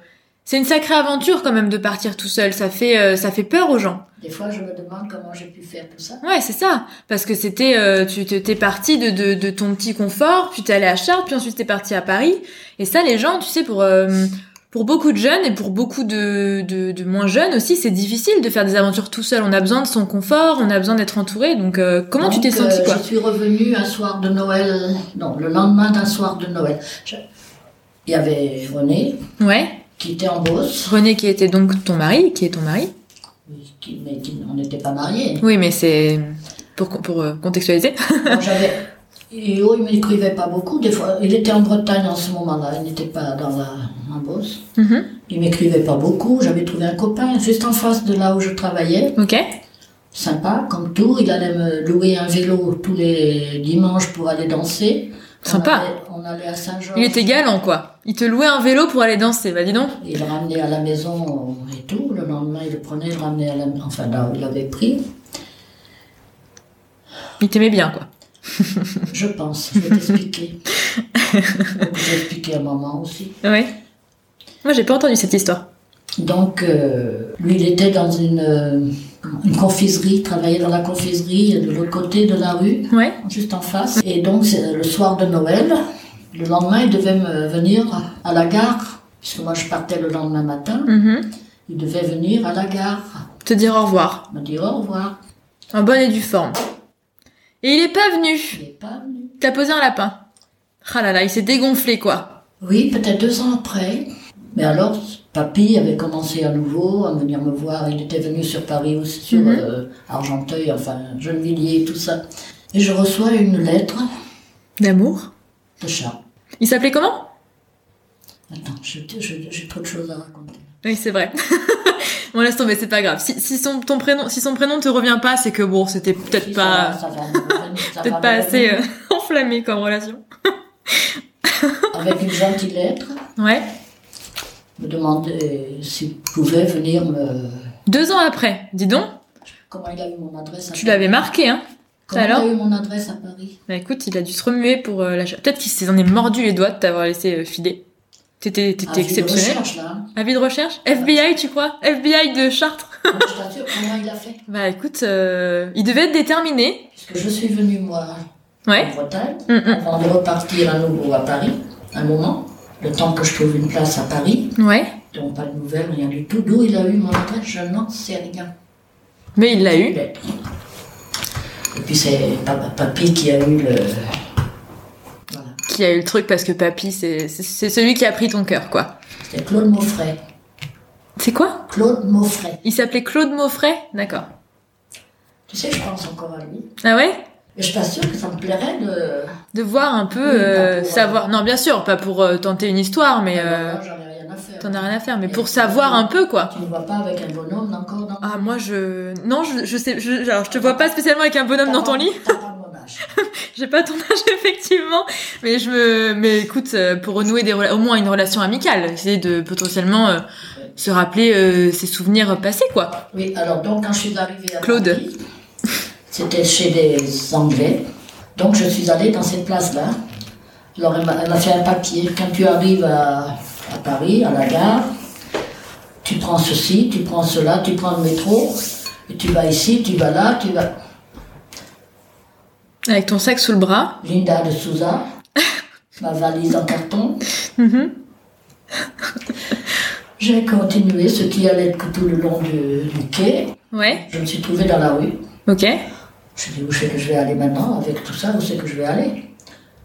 H: c'est une sacrée aventure quand même de partir tout seul. Ça fait euh, ça fait peur aux gens.
G: Des fois, je me demande comment j'ai pu faire tout ça.
H: Ouais c'est ça. Parce que c'était euh, tu te- t'es parti de, de de ton petit confort, puis t'es allé à Chartres, puis ensuite t'es parti à Paris. Et ça les gens tu sais pour euh, pour beaucoup de jeunes et pour beaucoup de, de, de moins jeunes aussi, c'est difficile de faire des aventures tout seul. On a besoin de son confort, on a besoin d'être entouré. Donc euh, comment tu
G: Donc,
H: t'es senti
G: euh,
H: quoi
G: Je suis revenue un soir de Noël, non, le lendemain d'un soir de Noël. Je- Il y avait René
H: Ouais.
G: qui était en Beauce,
H: René qui était donc ton mari, qui est ton mari.
G: qui- mais qui- on n'était pas mariés.
H: Oui, mais c'est pour, pour euh, contextualiser.
G: Donc, J'avais Et oh, il m'écrivait pas beaucoup. Des fois, il était en Bretagne en ce moment-là, il n'était pas dans la, en Beauce.
H: Mhm.
G: Il m'écrivait pas beaucoup. J'avais trouvé un copain juste en face de là où je travaillais.
H: Ok.
G: Sympa, comme tout. Il allait me louer un vélo tous les dimanches pour aller danser. On
H: Sympa.
G: allait- On allait, à Saint-Georges.
H: Il était galant, quoi. Il te louait un vélo pour aller danser, bah dis donc.
G: Il le ramenait à la maison et tout. Le lendemain, il le prenait, il le ramenait à la maison. Enfin, là où il l'avait pris,
H: Il t'aimait bien, quoi.
G: je pense. Je vais t'expliquer. Donc, je vais expliquer à maman aussi.
H: Ouais. Moi, j'ai pas entendu cette histoire.
G: Donc, euh, lui, il était dans une, euh, une confiserie, il travaillait dans la confiserie de l'autre côté de la rue,
H: Ouais.
G: juste en face. Et donc, c'est euh, le soir de Noël, le lendemain, il devait me venir à la gare, puisque moi, je partais le lendemain matin.
H: Mhm.
G: Il devait venir à la gare,
H: Te dire au revoir.
G: me dire au revoir.
H: En bonne et due forme. Et il est pas venu.
G: Il n'est pas venu.
H: T'as posé un lapin. Ah là là, il s'est dégonflé, quoi.
G: Oui, peut-être deux ans après. Mais alors, papy avait commencé à nouveau à venir me voir. Il était venu sur Paris aussi, sur
H: Mhm.
G: euh, Argenteuil, enfin, Gennevilliers, tout ça. Et je reçois une lettre
H: D'amour
G: de Charles. Il
H: Il s'appelait comment
G: Attends, je- je- j'ai trop de choses à raconter.
H: Oui, c'est vrai. bon, laisse tomber, c'est pas grave. Si, si son, ton prénom, si son prénom te revient pas, c'est que bon, c'était peut-être
G: Si, ça
H: pas,
G: va, ça va me revenir, ça va
H: peut-être
G: me
H: pas assez
G: revenir.
H: euh, enflammé comme relation. hein.
G: Avec une gentille lettre,
H: Ouais.
G: me demandait s'il pouvait venir me.
H: Deux ans après, dis donc,
G: Comment il a eu mon adresse à
H: tu
G: Paris
H: l'avais marqué, hein
G: Comment
H: alors
G: il a eu mon adresse à Paris
H: Bah écoute, il a dû se remuer pour euh, l'achat. Peut-être qu'il s'en est mordu les doigts de t'avoir laissé euh, filer. T'étais,
G: Ah,
H: t'étais
G: j'ai eu des
H: exceptionnel.
G: recherches, là. hein.
H: Avis de recherche FBI, tu crois FBI de Chartres
G: Donc, je t'assure, comment il a fait
H: Bah écoute, euh, il devait être déterminé.
G: Puisque je suis venue, moi,
H: Ouais.
G: en Bretagne,
H: Hum, hum.
G: avant de repartir à nouveau à Paris, un moment, le temps que je trouve une place à Paris,
H: Ouais.
G: donc pas de nouvelles, rien du tout. D'où il a eu mon adresse, je n'en sais rien.
H: Mais il l'a eu.
G: Lettre. Et puis c'est papa- papy qui a eu le. Voilà.
H: Qui a eu le truc parce que papy, c'est, c'est, c'est celui qui a pris ton cœur, quoi.
G: C'était Claude Moffret.
H: C'est quoi
G: Claude Moffret.
H: Il s'appelait Claude Moffret D'accord.
G: Tu sais, je pense encore à lui.
H: Ah ouais
G: Et je t'assure que ça me plairait de.
H: De voir un peu,
G: Oui, pas
H: euh,
G: pour, euh,
H: savoir... Non, bien sûr, pas pour euh, tenter une histoire, mais... euh,
G: Alors là, j'en ai rien à faire.
H: T'en as rien à faire, mais
G: Et
H: pour
G: tu-
H: savoir un peu, quoi.
G: Tu ne vois pas avec un bonhomme encore dans.
H: Ah moi je non je, je sais je, alors je te vois pas spécialement avec un bonhomme
G: T'as
H: dans
G: pas-
H: ton lit
G: T'as pas mon âge.
H: j'ai pas ton âge effectivement mais je me mais écoute euh, pour renouer des rela- au moins une relation amicale essayer de potentiellement euh, se rappeler euh, ses souvenirs passés quoi
G: Oui, alors donc quand je suis arrivée à
H: Claude.
G: Paris, c'était chez les Anglais. Donc je suis allée dans cette place-là. Alors elle m'a elle m'a fait un papier. Quand tu arrives à, à Paris, à la gare, tu prends ceci, tu prends cela, tu prends le métro, et tu vas ici, tu vas là, tu vas.
H: avec ton sac sous le bras
G: Linda de Souza, ma valise en carton.
H: Mhm.
G: J'ai continué ce qui allait être tout le long du, du quai.
H: ouais
G: Je me suis trouvée dans la rue.
H: ok
G: Je dis où c'est que je vais aller maintenant avec tout ça, où c'est que je vais aller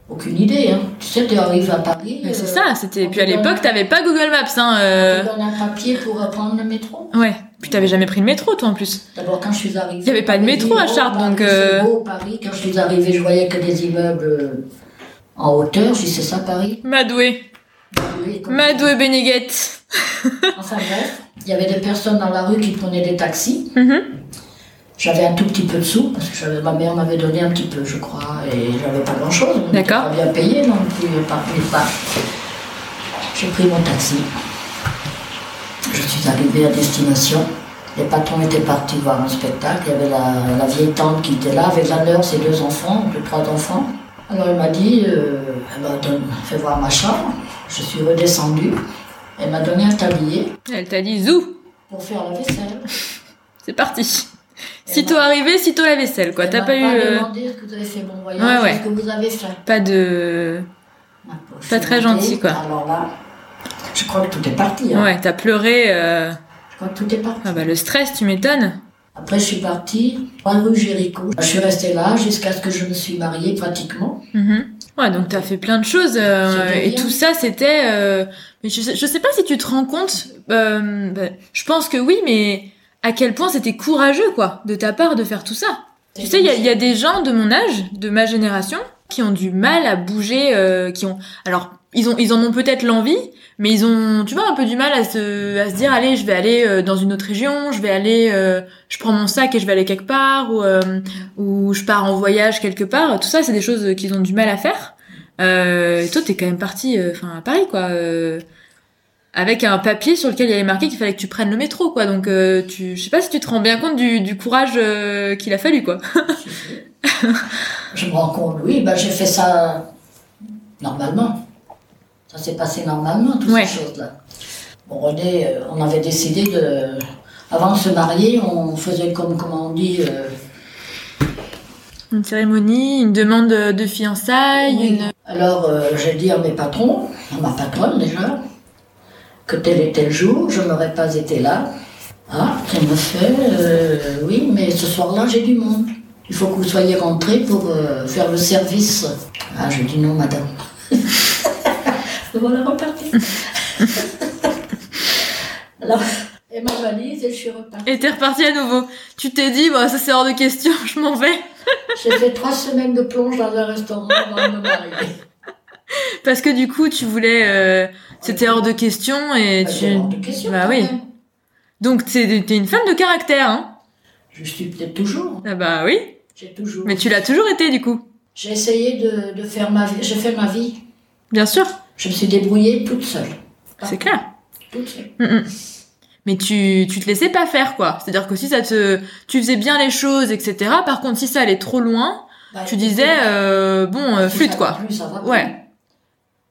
G: Aucune idée, hein. Tu sais, tu arrives à Paris.
H: Mais c'est
G: euh,
H: ça c'était
G: on
H: puis
G: te
H: à l'époque
G: donne-
H: t'avais pas Google Maps hein
G: on
H: euh,
G: te donne un papier pour euh, prendre le métro.
H: ouais puis t'avais jamais pris le métro toi en plus
G: D'abord, quand je suis arrivée.
H: Il y avait pas de
G: on m'a
H: métro
G: dit,
H: à
G: oh,
H: Chartres,
G: Paris,
H: donc,
G: c'est
H: euh,
G: beau, Paris, quand je suis arrivée, je voyais que des immeubles euh, en hauteur. Je dis, c'est ça, Paris
H: Madoué
G: Oui, comme-
H: Madoué Beniguette
G: Enfin, bref, il y avait des personnes dans la rue qui prenaient des taxis.
H: Mhm.
G: J'avais un tout petit peu de sous, parce que j'avais- ma mère m'avait donné un petit peu, je crois, et j'avais pas grand-chose. on n'était
H: D'accord.
G: pas bien payé, non plus, par mille pas. J'ai pris mon taxi. Je suis arrivée à destination. Les patrons étaient partis voir un spectacle. Il y avait la, la vieille tante qui était là, avec la leur, ses deux enfants, deux, trois enfants. Alors elle m'a dit, euh, elle m'a donné- fait voir ma chambre. Je suis redescendue. Elle m'a donné un tablier
H: elle t'a dit zou
G: pour faire la vaisselle.
H: c'est parti
G: Et
H: sitôt
G: ma-
H: arrivé sitôt la vaisselle quoi
G: Elle
H: t'as
G: m'a
H: pas eu euh,
G: demandé ce que vous avez fait bon voyage,
H: Ouais, ouais.
G: ce que vous avez fait.
H: pas de
G: Ma pauvre.
H: Pas très
G: Je suis
H: gentil, quoi.
G: Alors là, je crois que tout est parti. hein.
H: Ouais, t'as pleuré. euh,
G: Je crois que tout est parti.
H: Ah bah le stress, tu m'étonnes.
G: Après, je suis partie, trois rue Géricault. Je suis restée là jusqu'à ce que je me suis mariée pratiquement.
H: Mhm. Ouais, donc t'as fait plein de choses euh,
G: C'était
H: et
G: bien.
H: tout ça, c'était. euh, Mais je sais, je sais pas si tu te rends compte. euh, bah, je pense que oui, mais à quel point c'était courageux, quoi, de ta part, de faire tout ça. Tu sais, il y, a- il y a des gens de mon âge, de ma génération, qui ont du mal à bouger, euh, qui ont, alors ils ont, ils en ont peut-être l'envie, mais ils ont, tu vois, un peu du mal à se, à se dire, allez, je vais aller euh, dans une autre région, je vais aller, euh, je prends mon sac et je vais aller quelque part, ou, euh, ou je pars en voyage quelque part. Tout ça, c'est des choses qu'ils ont du mal à faire. Euh, et toi, t'es quand même parti, enfin, à Paris, quoi. euh, avec un papier sur lequel il y avait marqué qu'il fallait que tu prennes le métro, quoi. Donc, euh, tu, je sais pas si tu te rends bien compte du, du courage euh, qu'il a fallu, quoi.
G: Je me rends compte, oui, bah, j'ai fait ça normalement. Ça s'est passé normalement, toutes
H: Ouais.
G: ces choses-là. Bon, René, euh, on avait décidé de. Avant de se marier, on faisait comme, comment on dit, euh,
H: Une cérémonie, une demande de
G: Ah,
H: fiançailles, une...
G: Alors, euh, j'ai dit à mes patrons, à ma patronne déjà, que tel et tel jour, je n'aurais pas été là. Ah, elle me fait, euh, oui, mais ce soir-là, j'ai du monde. Il faut que vous soyez rentrés pour euh, faire le service. Ah, je dis non, madame. Le voilà reparti. Alors, et ma valise, et je suis repartie.
H: Et t'es reparti à nouveau. Tu t'es dit, bah, ça c'est hors de question, je m'en vais.
G: J'ai fait trois semaines de plonge dans un restaurant avant de me marier.
H: Parce que du coup, tu voulais... euh, C'était hors de question et
G: Bah, c'est
H: tu...
G: hors de question,
H: bah
G: quand
H: oui.
G: même.
H: Donc, t'es t'es une femme de caractère, hein
G: Je suis peut-être toujours.
H: Ah bah oui.
G: J'ai toujours.
H: Mais tu l'as toujours été, du coup.
G: J'ai essayé de, de faire ma vie. J'ai fait ma vie.
H: Bien sûr,
G: Je me suis débrouillée toute seule.
H: c'est clair.
G: Toute seule.
H: Mm, mm. Mais tu, tu te laissais pas faire, quoi. C'est-à-dire que si ça te... Tu faisais bien les choses, etc. Par contre, si ça allait trop loin,
G: Bah,
H: tu disais, euh, bon, euh,
G: si
H: flûte,
G: ça
H: quoi.
G: va plus, ça va plus.
H: Ouais.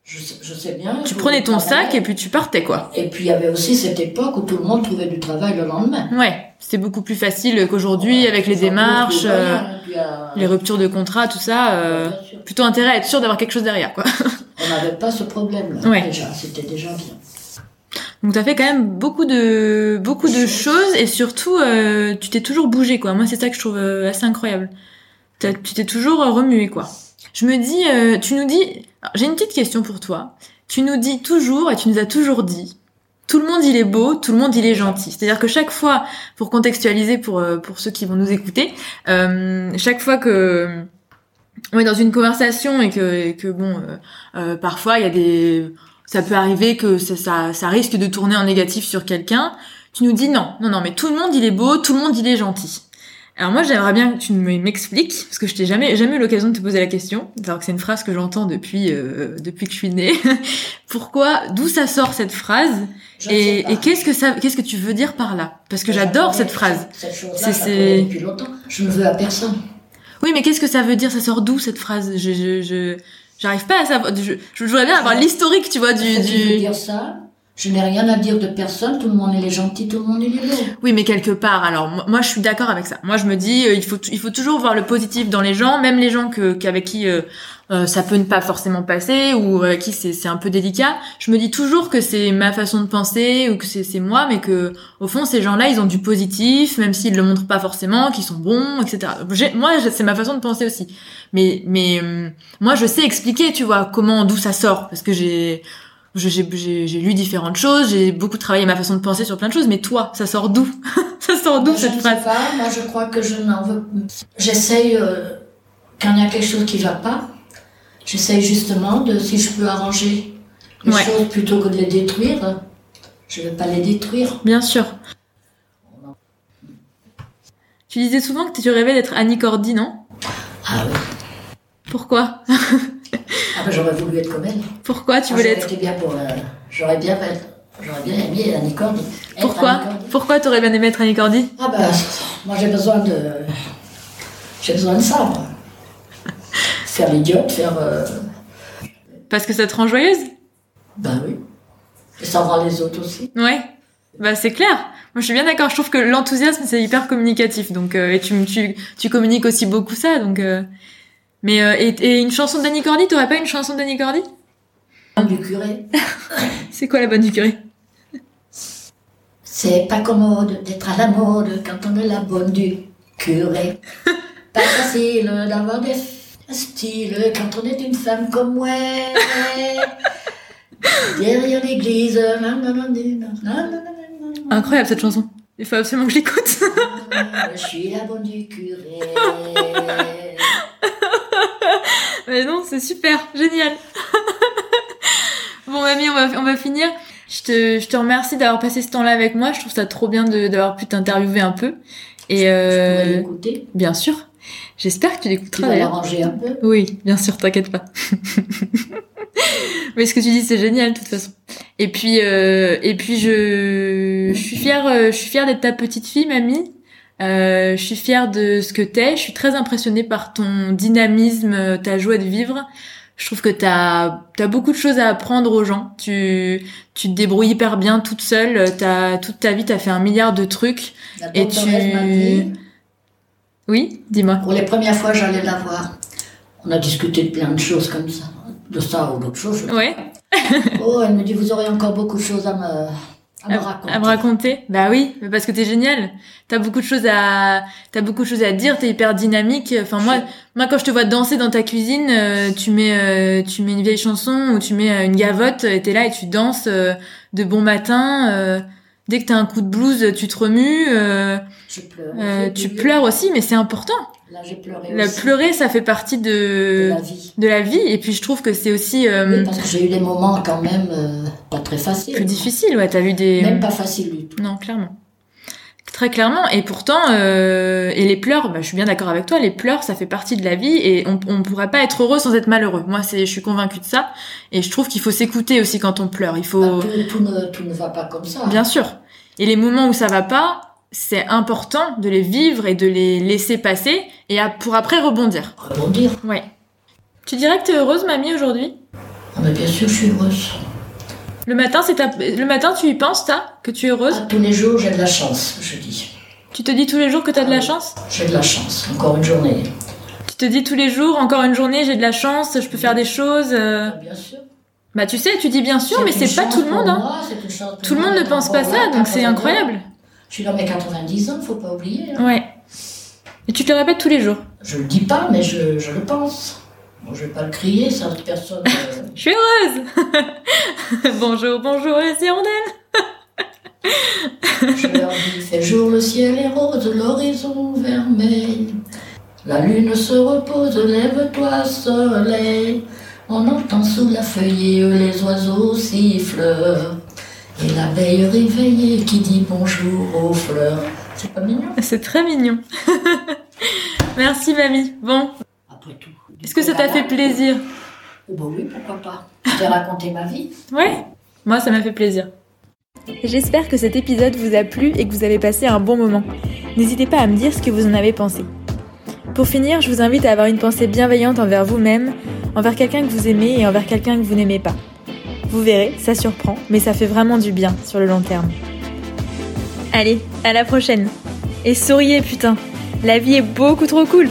G: Je sais, je sais bien.
H: Tu
G: je
H: prenais ton
G: travaillais.
H: sac et puis tu partais, quoi.
G: Et puis il y avait aussi cette époque où tout le monde trouvait du travail le lendemain.
H: Ouais, c'était beaucoup plus facile qu'aujourd'hui avec les
G: Sans plus,
H: démarches,
G: plus
H: euh,
G: rien, et puis, euh,
H: les ruptures de contrat, tout ça. euh,
G: bien sûr.
H: plutôt intérêt à être sûr d'avoir quelque chose derrière, quoi.
G: On n'avait pas ce problème-là.
H: Ouais.
G: Déjà, c'était déjà bien.
H: Donc t'as fait quand même beaucoup de beaucoup de choses et surtout euh, tu t'es toujours bougé, quoi. Moi c'est ça que je trouve euh, assez incroyable. T'as- tu t'es toujours euh, remué, quoi. Je me dis, euh, tu nous dis, alors, j'ai une petite question pour toi. Tu nous dis toujours et tu nous as toujours dit. Tout le monde il est beau, tout le monde il est gentil. C'est-à-dire que chaque fois, pour contextualiser pour euh, pour ceux qui vont nous écouter, Euh, chaque fois que on est dans une conversation et que, et que bon, euh, euh, parfois il y a des, ça peut arriver que ça, ça, ça risque de tourner en négatif sur quelqu'un. Tu nous dis non, non, non, mais tout le monde il est beau, tout le monde il est gentil. Alors moi j'aimerais bien que tu me- m'expliques parce que je t'ai jamais jamais eu l'occasion de te poser la question. Alors que c'est une phrase que j'entends depuis euh, depuis que je suis née. Pourquoi, d'où ça sort cette phrase
G: Je ne sais pas.
H: et, et qu'est-ce que ça qu'est-ce que tu veux dire par là Parce que j'adore cette phrase.
G: Cette
H: C'est-
G: chose-là,
H: c'est-
G: c'est depuis longtemps. Je ne veux à personne.
H: Oui, mais qu'est-ce que ça veut dire Ça sort d'où cette phrase Je je je j'arrive pas à savoir. Je, je voudrais bien avoir l'historique, tu vois, du
G: Parce que tu veux
H: du.
G: dire ça Je n'ai rien à dire de personne. Tout le monde il est gentil, tout le monde il est beau.
H: Oui, mais quelque part. Alors moi, moi, je suis d'accord avec ça. Moi, je me dis, euh, il faut t- il faut toujours voir le positif dans les gens, même les gens que qu'avec qui euh, euh, ça peut ne pas forcément passer ou avec qui c'est c'est un peu délicat. Je me dis toujours que c'est ma façon de penser ou que c'est c'est moi, mais que au fond ces gens-là, ils ont du positif, même s'ils le montrent pas forcément, qu'ils sont bons, etc. J'ai- Moi, j'ai- c'est ma façon de penser aussi. Mais mais hum, moi, je sais expliquer, tu vois, comment d'où ça sort, parce que j'ai je- j'ai j'ai j'ai lu différentes choses, j'ai beaucoup travaillé ma façon de penser sur plein de choses. Mais toi, ça sort d'où Ça sort d'où
G: je
H: Ah cette
G: ne
H: phrase
G: sais pas, moi je crois que je n'en veux J'essaye, euh, quand il y a quelque chose qui ne va pas, j'essaye justement de si je peux arranger les
H: Ouais.
G: choses plutôt que de les détruire. Je ne vais pas les détruire.
H: Bien sûr. Tu disais souvent que tu rêvais d'être Annie Cordy, non
G: Ah oui,
H: Pourquoi
G: Ah ben, j'aurais voulu être comme elle.
H: Pourquoi tu
G: Ah,
H: voulais
G: j'aurais
H: être
G: été bien pour. euh, j'aurais bien fait- J'aurais bien aimé Annie Cordy. Être
H: Pourquoi
G: Annie Cordy.
H: Pourquoi t'aurais bien aimé être Annie Cordy
G: Ah ben, moi j'ai besoin de. J'ai besoin de ça, moi. Faire l'idiote, faire. euh,
H: Parce que ça te rend joyeuse
G: Ben oui. Et ça rend les autres aussi.
H: Ouais. Bah c'est clair. Moi je suis bien d'accord. Je trouve que l'enthousiasme c'est hyper communicatif. Donc euh, et tu me- tu tu communiques aussi beaucoup ça. Donc euh, mais euh, et, et une chanson d'Annie Cordy T'aurais pas une chanson d'Annie Cordy
G: du curé.
H: C'est quoi la bonne du curé
G: C'est pas commode d'être à la mode quand on est la bonne du curé. Pas facile d'avoir des styles quand on est une femme comme moi. Derrière l'église, nan, nan, nan, nan, nan, nan, nan, nan.
H: Incroyable cette chanson. Il faut absolument que je l'écoute.
G: je suis la bonne du curé.
H: mais non
A: c'est super, génial. bon, mamie, on va, on va finir. Je te, je te remercie d'avoir passé ce temps-là avec moi. Je trouve ça trop bien de- d'avoir pu t'interviewer un peu. Et
G: Tu vas
A: euh,
G: l'écouter.
A: bien sûr, j'espère que tu
G: Tu
A: l'écouteras
G: vas
A: d'ailleurs.
G: l'arranger un peu.
A: Oui, bien sûr, t'inquiète pas. Mais ce que tu dis, c'est génial de toute façon. Et puis, euh, et puis je, je suis fière, euh, je suis fière d'être ta petite fille, mamie. Euh, je suis fière de ce que t'es. Je suis très impressionnée par ton dynamisme, euh, ta joie de vivre. Je trouve que t'as as beaucoup de choses à apprendre aux gens. Tu tu te débrouilles hyper bien toute seule. Euh, T'as toute ta vie, t'as fait un milliard de trucs.
G: La
A: Et
G: tendresse
A: tu-
G: m'a dit,
A: Oui, dis-moi.
G: Pour les premières fois, j'allais la voir. On a discuté de plein de choses comme ça. De ça ou d'autres choses.
A: Ouais.
G: Oh, elle me dit, vous aurez encore beaucoup de choses à me, à me raconter.
A: À me raconter Bah oui, mais parce que t'es génial. T'as beaucoup de choses à, t'as beaucoup de choses à dire. T'es hyper dynamique. Enfin moi, moi quand je te vois danser dans ta cuisine, euh, tu mets, euh, tu mets une vieille chanson ou tu mets euh, une gavotte. et T'es là et tu danses euh, de bon matin. euh, dès que t'as un coup de blues, tu te remues. euh,
G: Je pleure.
A: euh,
G: J'ai
A: tu
G: pleuré.
A: pleures aussi, mais c'est important.
G: Là, j'ai pleuré
A: La
G: aussi
A: pleurer, ça fait partie
G: de
A: de
G: la vie.
A: de la vie. Et puis je trouve que c'est aussi
G: Oui,
A: euh,
G: parce que j'ai eu des moments quand même euh, pas très faciles.
A: plus difficile. Ouais, t'as vu des
G: Même pas faciles du tout.
A: Non, clairement. Très clairement. Et pourtant, euh, et les pleurs, bah, je suis bien d'accord avec toi, les pleurs, ça fait partie de la vie et on ne pourra pas être heureux sans être malheureux. Moi, c'est, je suis convaincue de ça. Et je trouve qu'il faut s'écouter aussi quand on pleure. Il faut,
G: Bah, tout, tout ne, tout ne va pas comme ça.
A: bien sûr. Et les moments où ça va pas, c'est important de les vivre et de les laisser passer et à- pour après rebondir.
G: Rebondir.
A: Ouais. Tu dirais que t'es heureuse, mamie, aujourd'hui
G: Ah, mais bien sûr, je suis heureuse.
A: Le matin, c'est ta... le matin, tu y penses, ça, que tu es heureuse
G: Ah, tous les jours, j'ai de la chance, je dis.
A: Tu te dis tous les jours que t'as de la chance
G: J'ai de la chance. Encore une journée.
A: Tu te dis tous les jours, encore une journée, j'ai de la chance, je peux faire des choses. euh.
G: Ah, Bien sûr.
A: Bah tu sais, tu dis bien sûr, mais
G: une
A: c'est pas
G: chance
A: tout le
G: pour
A: monde. Hein.
G: moi, Oh, c'est une chance pour
A: Tout le
G: moi
A: monde ne
G: d'être
A: pense pas
G: encore
A: ça,
G: là,
A: donc c'est
G: 90 ans.
A: incroyable.
G: Je suis dans mes 90 ans, faut pas oublier. hein.
A: Ouais. Et tu te le répètes tous les jours.
G: Je le dis pas, mais je, je le pense. Bon, je vais pas le crier, ça, personne. euh,
A: Je suis heureuse. bonjour, bonjour les hirondelles.
G: Je leur dis, fait jour, le ciel est rose, l'horizon vermeil. La lune se repose, lève-toi soleil. On entend sous la feuillée les oiseaux sifflent. Et l'abeille réveillée qui dit bonjour aux fleurs. C'est pas mignon
A: C'est très mignon. Merci mamie. Bon,
G: Après tout.
A: est-ce que ça t'a fait plaisir
G: Oh bah oui, pourquoi pas. Je t'ai raconté ma vie.
A: Ouais. Moi, ça m'a fait plaisir. J'espère que cet épisode vous a plu et que vous avez passé un bon moment. N'hésitez pas à me dire ce que vous en avez pensé. Pour finir, je vous invite à avoir une pensée bienveillante envers vous-même, envers quelqu'un que vous aimez et envers quelqu'un que vous n'aimez pas. Vous verrez, ça surprend, mais ça fait vraiment du bien sur le long terme. Allez, à la prochaine. Et souriez, putain. La vie est beaucoup trop cool.